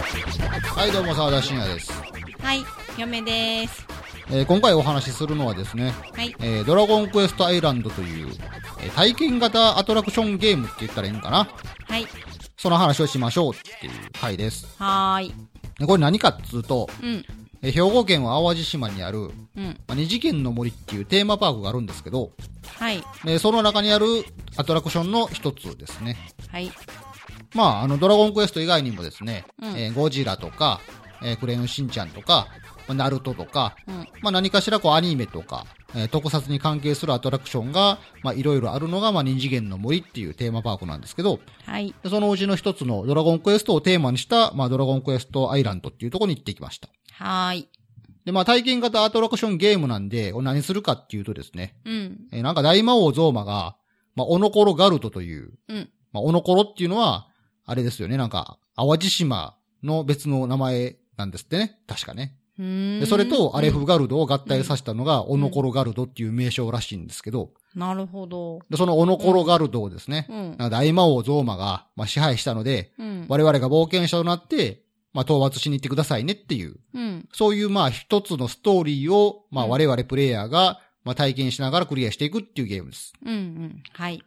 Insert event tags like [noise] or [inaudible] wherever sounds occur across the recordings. はいどうも澤田信也です、はい、嫁です。えー今回お話しするのはですね、はい。えードラゴンクエストアイランドという、えー体験型アトラクションゲームって言ったらいいのかなはい。その話をしましょうっていう回ですはーい。でこれ何かっつうと、うん。えー兵庫県は淡路島にある、うん。まあ、二次元の森っていうテーマパークがあるんですけどはい。でその中にあるアトラクションの一つですねはい。まあ、あの、ドラゴンクエスト以外にもですね、うんえーゴジラとか、えークレヨンしんちゃんとか、まあナルトとか、うん。まあ、何かしらこうアニメとか、えー特撮に関係するアトラクションが、まあ、いろいろあるのが、まあ、二次元の森っていうテーマパークなんですけど、はい。でそのうちの一つのドラゴンクエストをテーマにした、まあ、ドラゴンクエストアイランドっていうところに行ってきました。はーい。で、まあ、体験型アトラクションゲームなんで、これ何するかっていうとですね、うん。えーなんか大魔王ゾーマが、まあ、オノコロガルトという、うん。まあ、オノコロっていうのは、あれですよね、なんか、淡路島の別の名前なんですってね、確かね。うーでん。それとアレフガルドを合体させたのが、オノコロガルドっていう名称らしいんですけど、なるほど。でそのオノコロガルドをですね、うん。なんか大魔王ゾーマが、まあ、支配したので、うん。我々が冒険者となって、まあ、討伐しに行ってくださいねっていう、うん。そういうまあ一つのストーリーを、まあうん我々プレイヤーが、まあ体験しながらクリアしていくっていうゲームです。うん。うん。はい。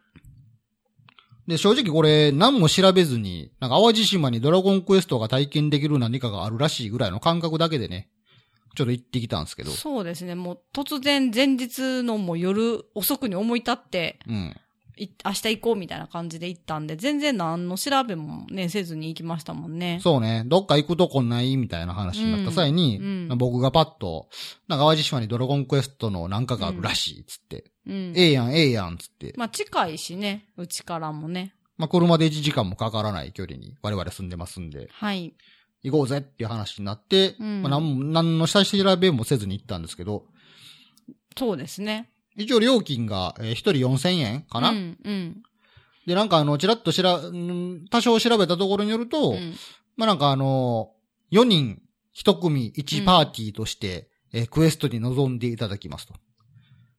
で、正直これ何も調べずに、なんか淡路島にドラゴンクエストが体験できる何かがあるらしいぐらいの感覚だけでね、ちょっと行ってきたんですけど。そうですね。もう突然前日のもう夜遅くに思い立って、うん。い明日行こうみたいな感じで行ったんで、全然何の調べもね、せずに行きましたもんね。そうね、どっか行くとこないみたいな話になった際に、うんなんか僕がパッと、なんか淡路島にドラゴンクエストのなんかがあるらしいっつって、うん。ええやんええやんっつって、まあ近いしね、うちからもね。まあ車で1時間もかからない距離に我々住んでますんで、はい。行こうぜっていう話になって、うんまあなんも、何の下調べもせずに行ったんですけど、そうですね。一応料金が、えー、1人4000円かな、うん。うん。で、なんかあの、ちらっとしら、うん多少調べたところによると、うんまあなんかあの、4人1組1パーティーとして、えークエストに臨んでいただきますと。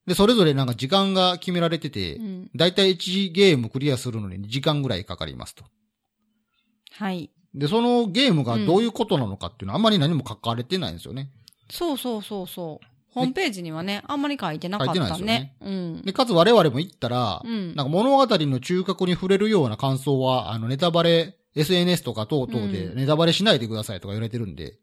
で、それぞれなんか時間が決められてて、うん。だいたい1ゲームクリアするのに2時間ぐらいかかりますと。はい。で、そのゲームがどういうことなのかっていうのはあんまり何も書かれてないんですよね。そうそうそうそう。ホームページにはね、あんまり書いてなかっ書いたてないでね。うん。で、かつ我々も行ったら、うん。なんか物語の中核に触れるような感想は、あの、ネタバレ、SNS とか等々でうんネタバレしないでくださいとか言われてるんで、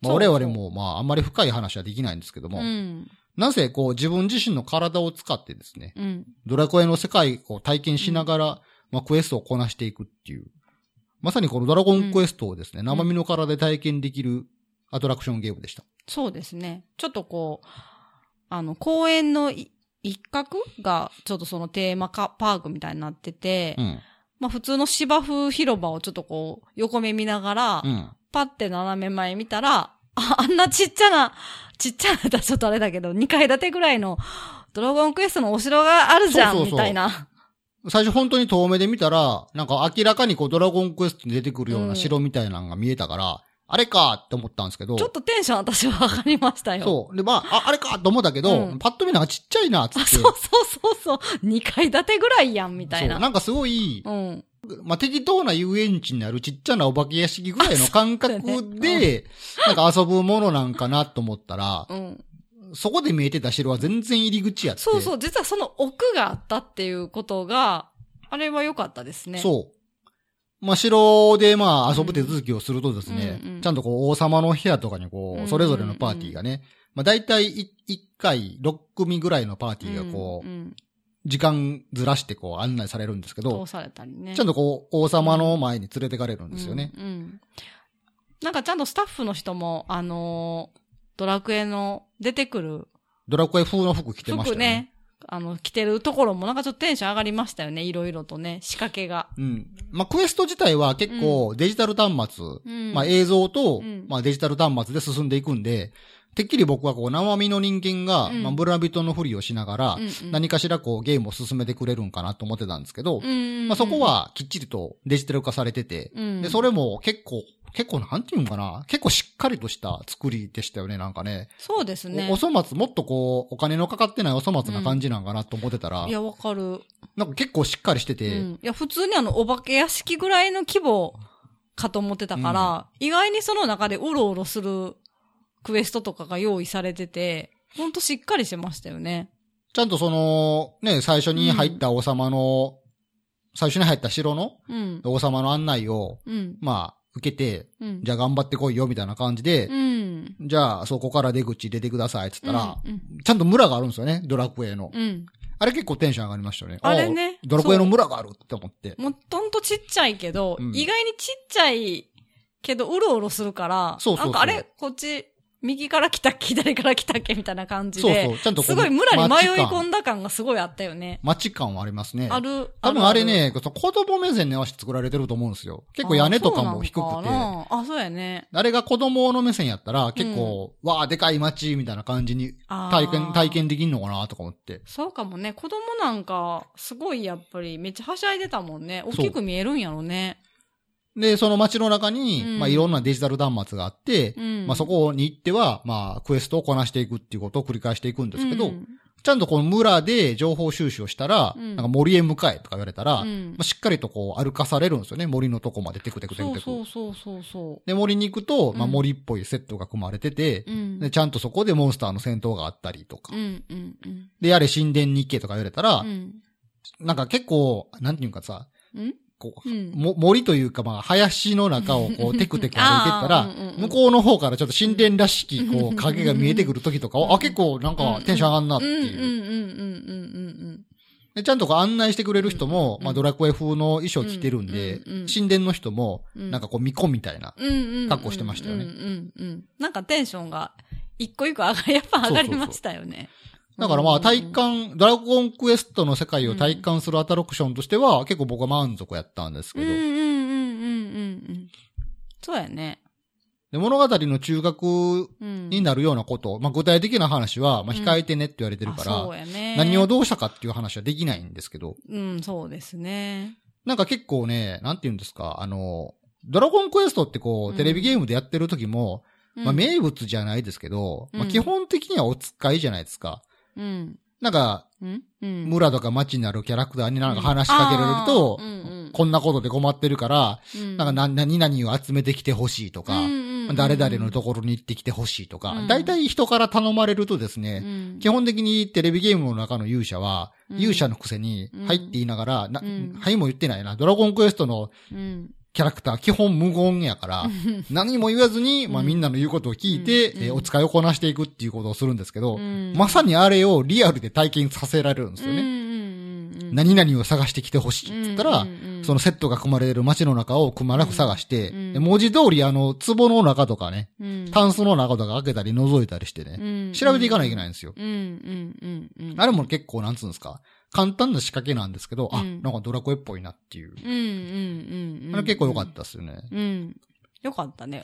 まあそう我そう々もまああんまり深い話はできないんですけども、うん。なぜこう自分自身の体を使ってですね、うん。ドラクエの世界を体験しながら、まあクエストをこなしていくっていう、まさにこのドラゴンクエストをですね、生身の体で体験できるアトラクションゲームでした。そうですね。ちょっとこう、あの、公園のい一角が、ちょっとそのテーマかパークみたいになってて、うん。まあ普通の芝生広場をちょっとこう、横目見ながら、うん。パって斜め前見たら、ああんなちっちゃな、ちっちゃなだ、ちょっとあれだけど、2階建てぐらいの、ドラゴンクエストのお城があるじゃん、そうそうそうみたいな。最初本当に遠目で見たら、なんか明らかにこうドラゴンクエストに出てくるよううなん城みたいなのが見えたから、あれかって思ったんですけど、ちょっとテンション私は上がりましたよ。そう。で、まあ、ああれかと思ったけど、うんパッと見なんかちっちゃいな、つっあて。そうそうそうそう。二階建てぐらいやん、みたいそうな。なんかすごい、うん。まあ、適当な遊園地にあるちっちゃなお化け屋敷ぐらいの感覚あそうで、だよなんか遊ぶものなんかなと思ったら、うん。そこで見えてた城は全然入り口やって。。そうそうう。実はその奥があったっていうことが、あれは良かったですね。う。そう。まあ、城でまあ、遊ぶ手続きをするとですね、うんうんちゃんとこう、王様の部屋とかにこうんうう、んそれぞれのパーティーがね、まあ、大体い1回6組ぐらいのパーティーがこうんうんう、時間ずらしてこう、案内されるんですけど、通されたりね。ちゃんととこう、王様の前に連れてかれるんですよね。うん。うんなんかちゃんとスタッフの人も、あのードラクエの出てくるドラクエ風の服着てました服よね。ね、あの、着てるところもなんかちょっとテンション上がりましたよね。いろいろとね、仕掛けが。うん。まあ、クエスト自体は結構デジタル端末、うん。まあ、映像と、うんまあ、デジタル端末で進んでいくんで、てっきり僕はこう、生身の人間が、うんまあ、村人のふりをしながらうん、うん何かしらこう、ゲームを進めてくれるんかなと思ってたんですけど、うんうんうんまあ、そこ、はきっちりとデジタル化されてて、うんで、それも結構、結構なんていうんかな、結構しっかりとした作りでしたよね、なんかね。そうですねおお。粗末、もっとこう、お金のかかってないお粗末な感じなんかなと思ってたら、いや、わかる。なんか結構しっかりしてて、うん、いや、普通にあの、お化け屋敷ぐらいの規模かと思ってたから、意外にその中でうろうろするクエストとかが用意されてて、ほんとしっかりしてましたよね。ちゃんとその、ね、最初に入った王様の、最初に入った城のうん。王様の案内を、うん。まあ、受けて、うん。じゃあ頑張ってこいよ、みたいな感じでう、ん。じゃあそこから出口出てください、つったら、うん、ちゃんと村があるんですよね、ドラクエの。うん。うんあれ結構テンション上がりましたよね。あれおねうドラクエの村があるって思って。もうほんとちっちゃいけど、うん意外にちっちゃいけど、うろうろするから、そうそうそうなんかあれ、こっち、右から来たっけ、左から来たっけ、みたいな感じそうで、そう、ちゃんとこすうごい村に迷い込街感んだ感がすごいあったよね。街感はありますね。ある。多分あれるる、ね、その子供目線に合わせて作られてると思うんですよ。結構屋根とかも低くて。あそうなのかなあ、そうやね。あれが子供の目線やったら、結構、わあ、でかい街みたいな感じにあー体験、体。験できんのかなとか思って。そうかもね。子供なんか、すごいやっぱり、めっちゃはしゃいでたもんね。大きく見えるんやろね。で、その街の中に、うんまあいろんなデジタル端末があって、うん。まあそこに行っては、まあクエストをこなしていくっていうことを繰り返していくんですけど、うんちゃんとこの村で情報収集をしたら、うんなんか森へ向かえとか言われたら、まうんあしっかりとこう歩かされるんですよね。森のとこまでテクテクテクテそうク。そうそうそうそで、森に行くと、まあうん森っぽいセットが組まれててう。、うん。で、ちゃんとそこでモンスターの戦闘があったりとかう、んうんうん。で、やれ神殿に行けとか言われたらう、ん。なんか結構、なんていうんかさ、うんこう、うん。も森というか、まあ、林の中をこう、 [laughs] テクテク歩いてったあらーうんうん、うん向こうの方からちょっと神殿らしき、こうう、ん影が見えてくる時とかを、あ、結構なんかテンション上がんなってうんうんいう。うんうんうんでちゃんとこう案内してくれる人もう、んまあ、ドラクエ風の衣装着てるんでうんうんうん、神殿の人も、うん。なんか、こう、巫女みたいな。うんうんうん。格好してましたよねうんうんうん。なんかテンションが、一個一個上がり、やっぱ上がりましたよね。だからまあ、体うん感、ドラゴンクエストの世界を体感するアトラクションとしては、結構僕は満足やったんですけうんどうん。うんうんうん。そうやね。で物語の中核うん。になるようなこと、まあ具体的な話は、まあうん控えてねって言われてるかあら、そうやね。何をどうしたかっていう話はできないんですけど、うん、そうですね。なんか結構ね、なんて言うんですか、あの、ドラゴンクエストってこうう、んテレビゲームでやってる時も、まあうん、名物じゃないですけど、うんまあ基本的にはお使いじゃないですか。うん。なんか、うんうん。村とか町になるキャラクターになんか話しかけられると、うんあーこんなことで困ってるから、うんうん。なんかな何々を集めてきてほしいとか、うん、誰々のとこ、ころに行ってきてほしいとか、うん大体人から頼まれるとですね、うん基本的にテレビゲームの中の勇者は、うん勇者のくせにうん入って言いながら、なうんはいも言ってないな。ドラゴンクエストのうん。キャラクター基本無言やから、何も言わずに、まあうんみんなの言うことを聞いて、うんえーうんお使いをこなしていくっていうことをするんですけど、うんまさにあれをリアルで体験させられるんですようんね。うんうんうん、何々を探してきてほしいって言ったら、うんうんうんそのセットが組まれてる街の中をくまなく探して、うんうんで文字通りあの、壺の中とかね、うんタンスの中とか開けたり覗いたりしてね、うん調べていかないといけないんですよ。うんうんうんうん。あれも結構、なんつうんですか、簡単な仕掛けなんですけど、あ、うんなんかドラクエっぽいなっていう。うんうんうん。あれ結構良かったですよね。た。うん。良かったね。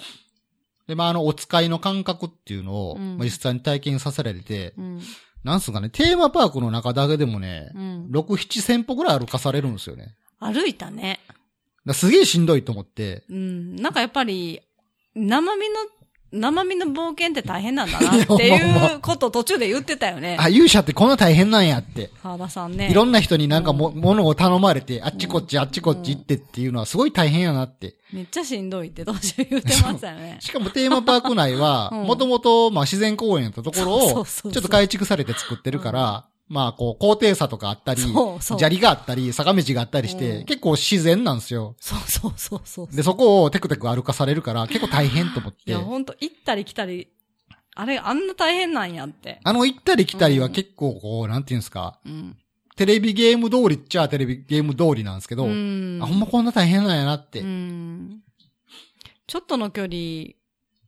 で、まあ、あの、お使いの感覚っていうのを、うんまあ、実際に体験させられて、うん。なんすかね、テーマパークの中だけでもね、うん。 6、7千歩ぐらい歩かされるんですよね。だか歩いたね。らすげえしんどいと思って、うん。なんかやっぱり、生身の、生身の冒険って大変なんだなっていうことを途中で言ってたよね。あ、勇者ってこんな大変なんやって。川田さんね。いろんな人になんかも、う物を頼まれて、あっちこっち、あっちこっち行ってっていうのはすごい大変やなって。めっちゃしんどいって途中言ってましたよ [laughs] ね。しかもテーマパーク内は、 [laughs] うんもともと、まあ自然公園やったところそを、うちそょうそうっと改築されて作ってるから、まあこう、高低差とかあったり、そうそう砂利があったり、坂道があったりして、うん結構自然なんですよ。そうそうそうそう。で、そこをテクテク歩かされるから、結構大変と思っいてや、。ほんと、行ったり来たり、あれ、あんな大変なんやって。あの、行ったり来たりは結構こう、なんていうんですか、うん。テレビゲーム通りっちゃテレビゲーム通りなんですけど、うんあ、ほんまこんな大変なんやなっうて。ん。ちょっとの距離、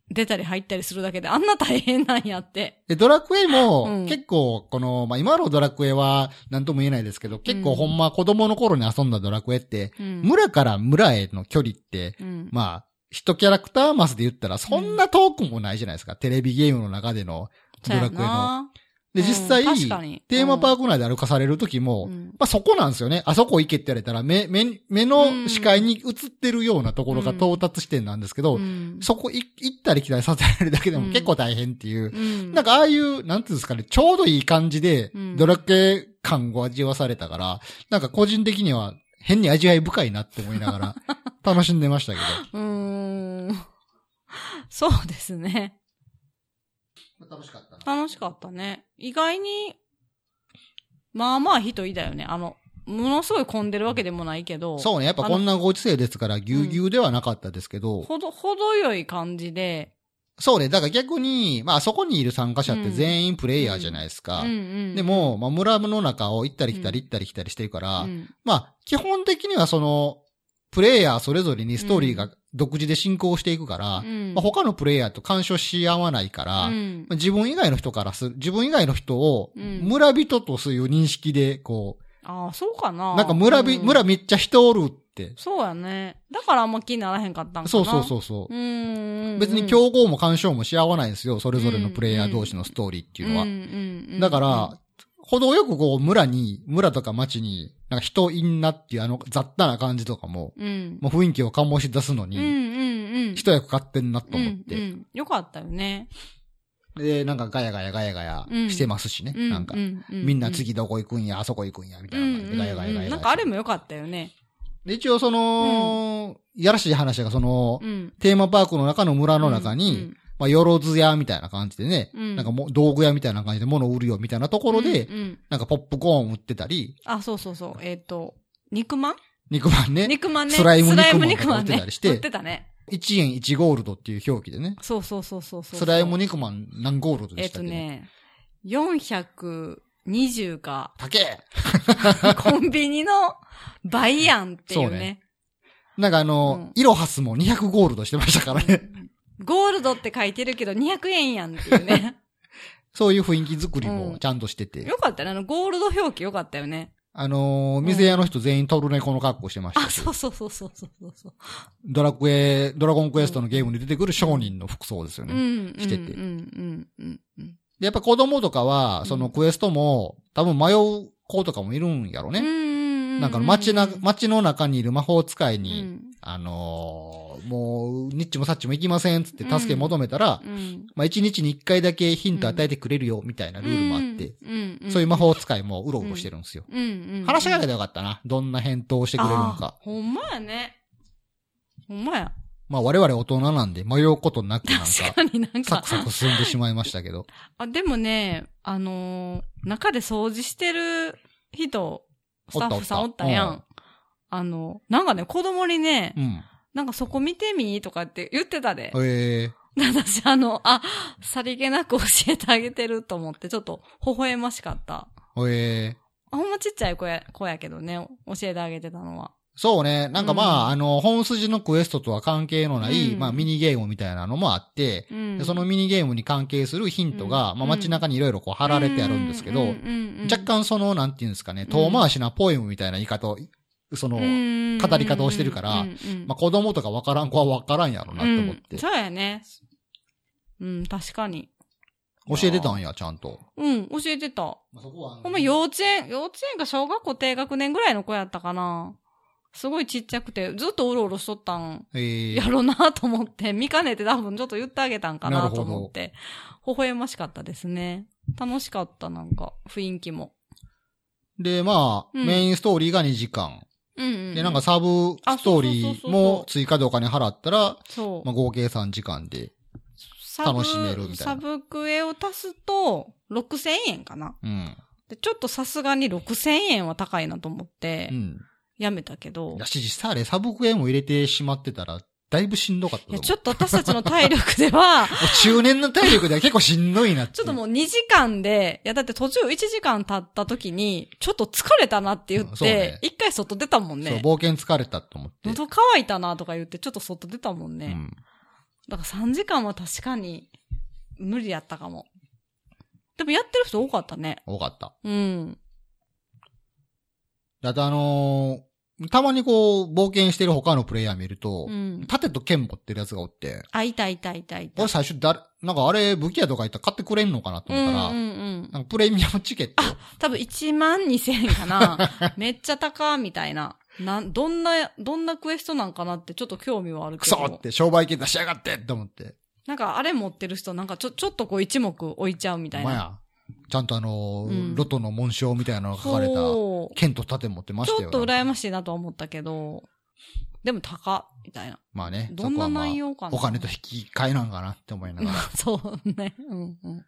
出たり入ったりするだけで、あんな大変なんやって。で、ドラクエうも、ん結構、この、まあ、今のドラクエは、なんとも言えないですけど、結う構んほんま子供の頃に遊んだドラクエって、うん村から村への距離って、うん。まあ、一キャラクターマスで言ったら、そんな遠くもないじゃないですか、テレビゲームの中でのドラクエそうやの。なで、うん実際、確かにテーマパーーク内で歩かされる時も、うんまあそこなんですよね。あそこ行けって言われたら、目、目、目の視界に映ってるようなところが到達視点なんですけど、うんそこい行ったり来たりさせられるだけでも結構大変っていう。うん。なんかああいう、なんていうんですかね、ちょうどいい感じでうん、ドラクエ感を味わされたから、 [laughs] なんか個人的には変に味わい深いなって思いながら楽しんでましたけど。うんうん [laughs] そうですね。楽しかったな。楽しかったね。意外に、まあまあ人いたよね。あの、ものすごい混んでるわけでもないけど、そうね。やっぱこんなご時世ですから、ぎゅうぎゅうではなかったですけど、ほど、程よい感じで、そうね。だから逆に、まあ、そこにいる参加者って全員プレイヤーじゃないですか。うんうん。でも、まあ、村の中を行ったり来たり行ったり来たりしてるから、うん、まあ、基本的にはその、プレイヤーそれぞれにストーリーが独自で進行していくから、うんまあ、他のプレイヤーと干渉し合わないから、まうんあ自分以外の人からする、自分以外の人を、うん村人とそういう認識で、こああ、そうかう、な。なんか村び、うん村めっちゃ人おるって。そうやね。だからあんま気にならへんかったんかな。そうそうう。そうそうう。んうん。別に日っ競合も干渉もし合わないんですよ。それぞれのプレイヤー同士のストーリーってていうのは。んうんうん、だから、程よくこう村に、村とか町に、なんか人いんなっていうあの雑多な感じとかも、うん、もう雰囲気を醸し出すのうん、うんに、うん。一役買ってんなと思っうんうて。ん、よかったよね。で、なんかガヤガヤガヤガヤしてますしね。うん、なんかう、んみんな、次どこ行くんや、あそこ行くんや、みうたいんなう感じんでガヤガヤガヤガうヤ。んなんかあれもよかったよね。で一応その、やらしい話がそのう、ん。テーマパークの中の村の中うにん、、まあ、よろず屋みたいな感じでね、うんなんかもう道具屋みたいな感じで物売るよみたいなところでう、んうんなんかポップコーン売ってたり、あ、そうそうそう。えっ、と、肉まん肉まんね。肉まんね。スライムスライム肉肉ままんんとか売ってねたりして売ってたね。 1円1ゴールドっていう表記でね。そうそうそうそうそう。スライム肉まん何ゴールドでえしったっとけ、ね、ね、420か、高え [laughs] コンビニの倍やんっていそううねね。なんかあの、うんイロハスも200ゴールドしてましたからね。ゴールドって書いてるけど200円やんっていうね。 [laughs] [laughs] そういう雰囲気作りうもんちゃんとしてて。よかったね。あの、ゴールド表記よかったよね。あのー、店屋の人全員トルネコの格好してましたあ、し、そうそうそうそうそうそうそう。ドラクエ、ドラゴンクエストのゲームに出てくる商人の服装ですようね。で、んうん。しててうんうんうんやっぱ子供とかうは、んそのクエストも、多分迷う子とかもいるんやろうん。ね。ねなんか街な、に、街の中にいる魔法使いうに、んあのーもう、ニッチもサッチも行きませんっつって助け求めたら、うん。まあ、一日に一回だけヒント与えてくれるよ、みたいなルールもあって、うんうん。そういう魔法使いもうろうろしてるんですよ。うんうん。話しかけたてらよかったな。どんな返答をしてくれるのか。ほんまやね。ほんまや。まあ、我々大人なんで迷うことなくなんか、確かになんサかク。サク進んでしまいましたけど。あ、でもね、あのー中で掃除してる人、スタッフさんおおっったたおったやうんん。あの、なんかね、子供にね、 [laughs] うん。なんかそこ見てみーとかって言ってたで。ええ私、あの、あ、さりげなく教えてあげてると思って、ちょっと微笑ましかった。ー、ええー。あほんまちっちゃい子や子やけどね、教えてあげてたのは。そうね。なんかまあ、うんあの、本筋のクエストとは関係のない、うんまあ、ミニゲームみたいなのもあって、うんでそのミニゲームに関係するヒントが、うんまあ、街中にいろいろこう貼られてあるんですけど、若干その、なんていうんですかね、遠回しなポエムみたいな言い方を、その、の語り方をしてるからまあ子供とかわからん子はわからんやろなと思って。そうやね。うん、確かに。教えてたんや、ちゃんと。うん、教えてた。そこはほんま幼稚園、幼稚園か小学校低学年ぐらいの子やったかな。すごいちっちゃくて、ずっとうろうろしとったんえーやろなと思って、見かねて多分ちょっと言ってあげたんかなと思って、微笑ましかったですね。楽しかった、なんか、雰囲気も。で、まあ、うんメインストーリーが2時間。うん、うん。で、なんか、サブストーリーあそうそうそうそうそもう追加でお金払ったら、そう。まあ合計3時間で。サブ楽しめるみたいなサブクエを足すと、6000円かな。うん。で、ちょっとさすがに6000円は高いなと思ってう、ん。やめたけど。だし、実際あれ、サブクエも入れてしまってたら、だいぶしんどかったと思いや、う。ちょっと私たちの体力では、もう中年の体力では結構しんどいなって。 [laughs] ちょっともう2時間で、いやだって途中1時間経った時に、ちょっと疲れたなって言うんっそうねて、一、回外出たもんそう、ね。冒険疲れたと思って。喉乾いたなとか言って、ちょっと外出たもんうね。ん。だから3時間は確かに、無理やったかも。でもやってる人多かったね。多かった。うん。だってあのーたまにこう、冒険してる他のプレイヤー見るとう、ん。盾と剣持ってるやつがおって、あ、いたいたいたいた。俺最初誰、なんかあれ武器屋とか言ったら買ってくれんのかなとう思っんうたんら、うん。なんかプレミアムチケット。多分1万2000円か [laughs] な。めっちゃ高みたいな。なん、どんな、どんなクエストなんかなってちょっと興味はあるクけど。ソって商売権出しやがってって思って。なんかあれ持ってる人、なんかちょ、ちょっとこう一目置いちゃうみたおい前な。や、ちゃんとあのーうんロトの紋章みたいなのが書かれた、そう剣と盾持ってまちしたょよ。っとなん羨かましいなとは思ったけど。でも高っみたいな。まあね。どんなそこはまあ内容かなお金と引き換えなんかなって思いながら。 [laughs] そうね。うんうん。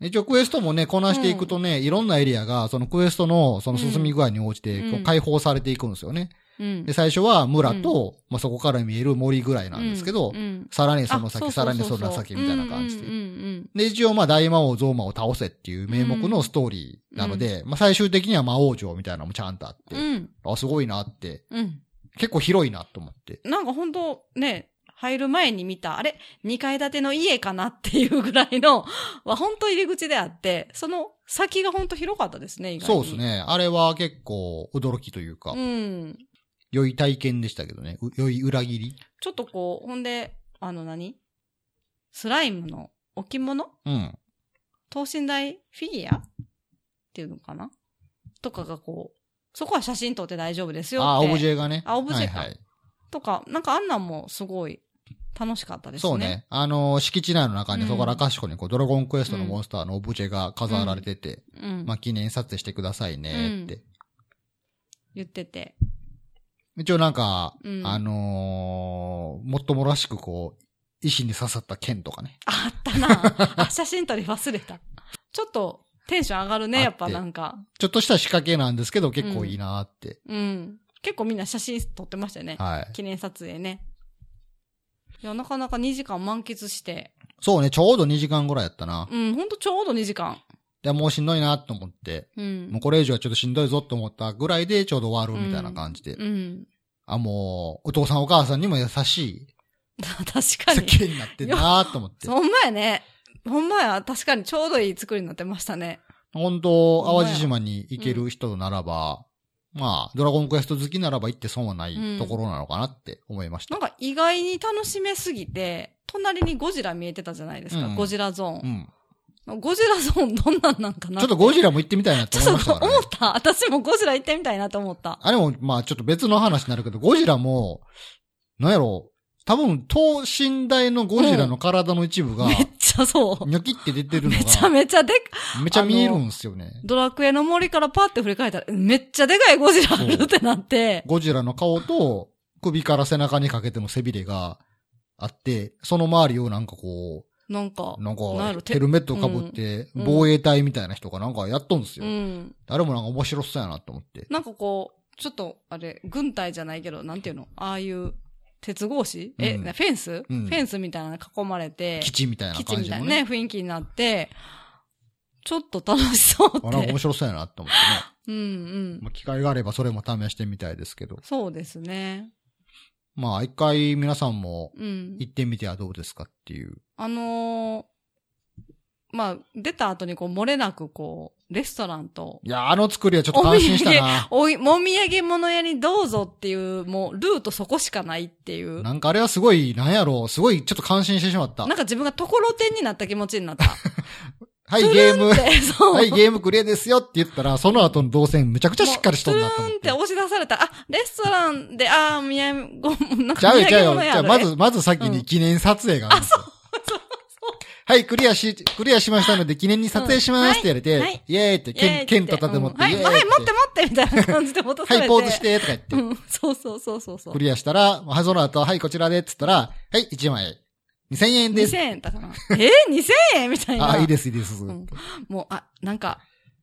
一応クエストもね、こなしていくとね、いろんなエリアが、そのクエストの、その進み具合に応じてうん、こう解放されていくんですよね。うんで、。最初は村と、まあ、そこから見える森ぐらいなんですけどう、んさらにそのあううう先、うさらにその先みたいな感じでうんう。んで、一応まあ大魔王、ゾウマを倒せっていう名目のストーリーなので、まあ最終的には魔王城みたいなのもちゃんとあっうて、んうん。あ、すごいなって、うん。うん結構広いなと思って。なんか本当ね、入る前に見た、あれ ?2 階建ての家かなっていうぐらいの、 [laughs] は本当入り口であって、その先が本当広かったですね、意外そうに。です。ね。あれは結構驚きというかう、ん。良い体験でしたけどね。う良い裏切り。ちょっとこう、ほんで、あの何スライムの置物うん。等身大フィギュアっていうのかなとかがこう、そこは写真撮って大丈夫ですよって。あ、オブジェがね。あオブジェかはいはい。とか、なんかあんなんもすごい楽しかったですね。そう。ね。あの、敷地内の中に、うんそこらかしこに、こう、ドラゴンクエストのモンスターのオブジェが飾られてて、うん。まあ、記念撮影してくださいね、って。言ってて。一応なんか、うんあのーもっともらしくこう、医師に刺さった剣とかね。あったなあ、写真撮り忘れた。ちょっとテンション上がるね、やっあっぱてなんか。ちょっとした仕掛けなんですけど、結構いいなーって。うん。結構みんな写真撮ってましたよね。はい。記念撮影ね。いや、なかなか2時間満喫して。そうね、ちょうど2時間ぐらいやったな。うん、ほんとちょうど2時間。で、もうしんどいなと思って、うんもう。これ以上はちょっとしんどいぞと思ったぐらいでちょうど終わるみたいな感じで。うん。 [laughs] あ、もう、お父さんお母さんにも優し確いかに。設計になってんなーと思って。ほんまやね。ほんまや。確かにちょうどいい作りになってましたね。本当淡路島に行ける人ならば、まあ、ドラゴンクエスト好きならば行って損はないところなのかなって思いました。なんか意外に楽しめすぎて、隣にゴジラ見えてたじゃないですか。うんゴジラゾーうん。ン。ゴジラゾーンどんなんなんかなちょっとゴラジラも行ってみたいなとち思いょましったとか思ら、ねっ。た。私もゴジラ行ってみたいなと思った。あれも、まあちょっと別の話になるけど、ゴジラも、なんやろ、多分、等身大のゴジラの体の一部が、 [laughs] めっちゃそう。ニョキって出てるのめちゃが、めちゃでか、めちゃ見えるんですよね。ドラクエの森からパって振り返ったら、めっちゃでかいゴジラあるってなって。ゴジラの顔と、首から背中にかけての背びれがあって、その周りをなんかこなんかう、。なんかなんやろ、ヘルメットかぶって、うん防衛隊みたいな人がなんかやっとんですうよ。ん。あれもなんか面白そうやなと思って。なんかこう、ちょっと、あれ、軍隊じゃないけど、なんていうのああいう、鉄格子え、うんなフェンス、うんフェンスみたいなのに囲まれて、基地みたいな基地感みじたいのなね。ね、雰囲気になって、ちょっと楽しそうあ、っなんかて面。白そうやなと思ってね。うんうん。まあ、機会があればそれも試してみたいですけど。そうですね。まあ、一回皆さんもうん。行ってみてはどうですかっていう。あのーまあ、出た後にこう、漏れなくこう、レストランと、いや、あの作りはちょっと感心したな。 [laughs] おい、もみあげ物屋にどうぞっていう、もう、ルートそこしかないっていう。なんかあれはすごい、なんやろう、すごいちょっと感心してしまったなん。か自分がところてんになった気持ちになった。はい、ゲー [laughs] ム、で、そう。はい、ゲームクリアですよって言ったら、その後の動線むちゃくちゃしっかりしとんなと思もうっトゥルてーン。って押し出されたら、あ、レストラン [laughs] で、あー、みや、ご、なんちゃか、うみよ、やちゃげう物よ。じゃやあ、でまず、まず先に記念撮影があるんですよ。はい、クリアし、クリアしましたので、記念に撮影しますって言われて、うんはいはいイエーイって、イエーイ剣、剣立てて持って、うんはイい、エーイはい、持って持ってみたいな感じで持たされはて。い、ポーズし。て、とか言ってう。ん、そうそうそうそうそうク。リアしたら、まあその後、はい、こちらで、っつったら、はい、1枚、2000円で2000す。円だから。えー、2000円みたいな。あ、いいです、いいです。んもう、あ、なんか、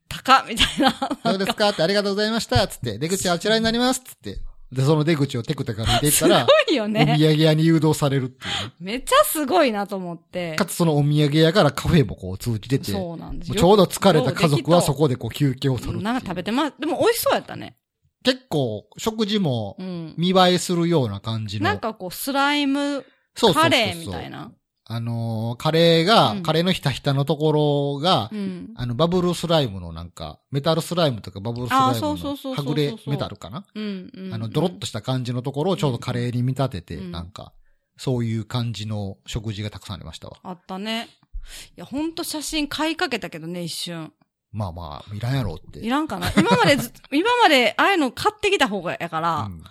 高っみたいな。どうですかって、ありがとうございました、つって、出口はあちらになります、つって。で、その出口をテクテク歩いていっすたごら、いお土よ産ね。屋に誘導されるっていうね、めっちゃすごいなと思ってか。つそのお土産屋からカフェもこう通じてて、もそうなんですうよ。ちょうど疲れた家族はそここでこう休憩を取るっていうなんか食べてま、でも美味しそうやったね。結構、食事もうん。見栄えするような感じの。なんかこう、スライムそうそうそうそうカレーみたい。な。あのーカレーが、うんカレーのひたひたのところが、うん。あの、バブルスライムのなんか、メタルスライムとかバブルスラあイムそうそうその、うはそうそうぐれメタルかな、うんうん。あの、ドロッとした感じのところをちょうどカレーに見立てて、うんなんか、そういう感じの食事がたくさんありましたわ。あったね。いや、ほんと写真買いかけたけどね、一瞬。まあまあ、いらんやろうって。いらんかな。今まで [laughs] ず、今までああいうの買ってきた方がやから、う [laughs] ん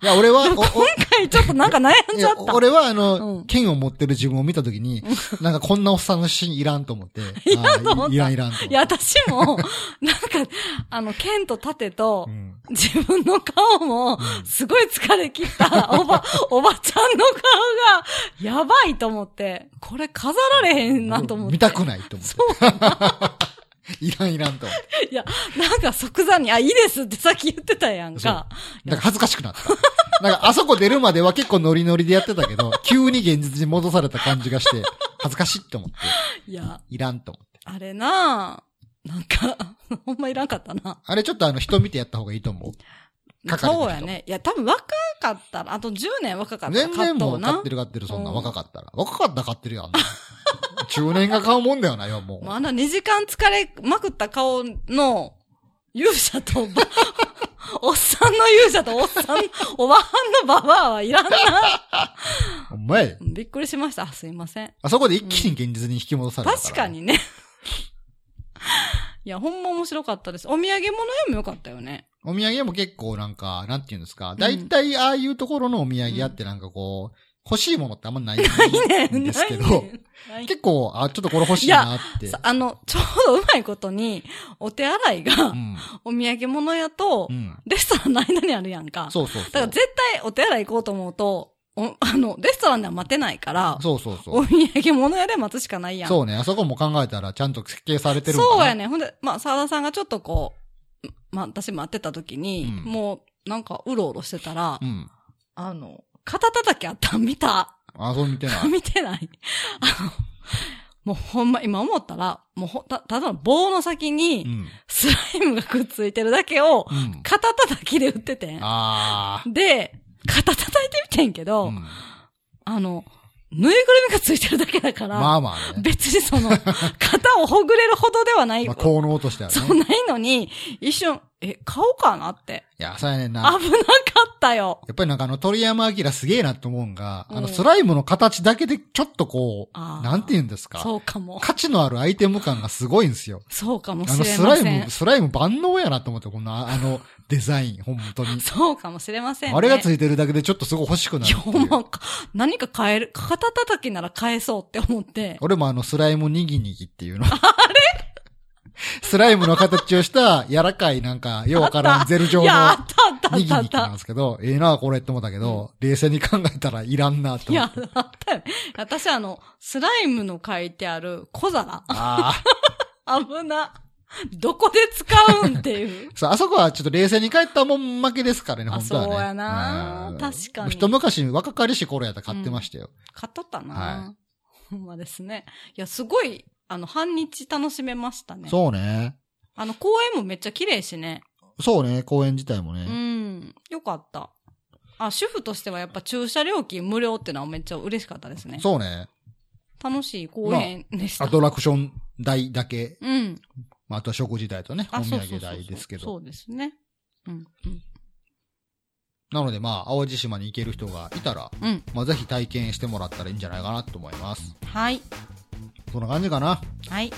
いや、俺は、おお今回ちょっとなんか悩んいじゃやった。俺はあの、うん剣を持ってる自分を見たときに、なんかこんなおっさんのシーンいらんと思 [laughs] って。いらんと思ったいらんいらんと思って。いや、私も、 [laughs] なんか、あの、剣と盾とう、ん自分の顔も、すごい疲れ切った、おば、おばちゃんの顔が、やばいと思って、これ飾られへんなと思って。見たくないと思って。そう [laughs] いらんいらんと思って。いや、なんか即座に、あ、いいですってさっき言ってたやんそうか。なんか恥ずかしくなった。なんかあそこ出るまでは結構ノリノリでやってたけ [laughs] ど、急に現実に戻された感じがして、恥ずかしいと思って、いや、いらんと思って。あれなぁ、なんか、 [laughs] ほんまいらんかったな。あれちょっとあの人見てやった方がいいと思う。書かれてる人そうやね。いや、多分若かったら、あと10年若かったら全買然っともうう買なって。る買ってる、そんなうん若かったら。若かったら買ってるよ、あんな [laughs] 中年が買うもんだよな、よ、ももうあの2時間疲れまくった顔の勇者と [laughs] ば、おっさんの勇者とおっさん、おばはんのババアはいらんな。う。お前、びっくりしました。あすいません。あそこで一気に現実に引き戻されたら。確か。にね。いや、ほんま面白かったです。お土産物屋もよかったよね。お土産も結構なんか、なんていうんですか。大体ああいうところのお土産屋ってなんかこう、欲しいものってあんまないねんですけ [laughs] ないどね。ない結構、あ、ちょっとこれ欲しいなって。さあの、 [laughs] ちょうどうまいことに、お手洗いがう、ん。お土産物屋とう、ん。レストランの間にあるやんか。そうそうそう。だから絶対お手洗い行こうと思うと、お [laughs] あの、レストランでは待てないから、そうそうそおう。土産物屋で待つしかないやん。そうね、あそこも考えたらちゃんと設計されてるもんそうやね。ね。ほんで、まあ、沢田さんがちょっとこう、まあ、私待ってた時に、うんもう、なんか、うろうろしてたら、うん。あの、肩叩きあったん見た。あ、そう見てない。 [laughs] 見てない。あの、もうほんま、今思ったら、もうほんた、ただの棒の先うに、ん。スライムがくっついてるだけを、うん。肩叩きで打っててん。あで、肩叩いてみてんけあ。ど、うん。あの、ぬいぐるみがついてるだけだから、まあまあね。別に [laughs] その、肩をほぐれるほどではない、まあ、効能としてはね。そうないのに、一瞬、え、買おうかなって。いや、そうやねん危なな。かったよ。やっぱりなんかあの鳥山明すげえなと思うんが、あのうんスライムの形だけでちょっとこう、あーなんて言うんですかそうかも。価値のあるアイテム感がすごいんですよ。そうかもあしのれスまラせイんム、。スライム万能やなと思って、このああ [laughs] のデザイン、本当に。そうかもしれません、ね。あれがついいてるだけでちょっとすごい欲しくなるや、ってほいんう。まか、何か買える、肩叩きなら買えそうって思って。俺もあのスライムにぎにぎって [laughs] いうの。あれ [laughs] スライムの形をした柔らかいなんか、ようわからんゼル状いのや、あったあにっぎたあにぎなんったあっですけど、ええなこれって思ったけど、冷静に考えたらいらんなとた。い思っやて。、あったよ。私あの、スライムの書いてある小皿。ああ。危な。どこで使うんっていう。そう、あそこはちょっと冷静に帰ったもん負けですからね、あ [laughs] 本当はね。そうやなうん確かに一昔若かりし頃やったら買ってましたよ。買っとったな、はほんまですね。いや、すごい、あの、半日楽しめましたね。そうね。あの、公園もめっちゃ綺麗しね。そうね、公園自体もね。うん。よかった。あ、主婦としてはやっぱ駐車料金無料ってのはめっちゃ嬉しかったですね。そうね。楽しい公園でした。アトラクション代だけ、うん。まあ、あとは食事代とね、おあ、土そう産そうそうそ代う。ですけど。そうですね。うん。うん。なのでまあ、淡路島に行ける人がいたら、うん。まあ、ぜひ体験してもらったらいいんじゃないかなと思います。はい。そんな感じかな。はい。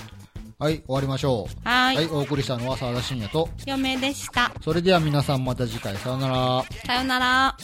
はい、終わりましょう。ははい、い。お送りしたのは沢田信也と、嫁でした。それでは皆さんまた次回、さようなら。さよなら。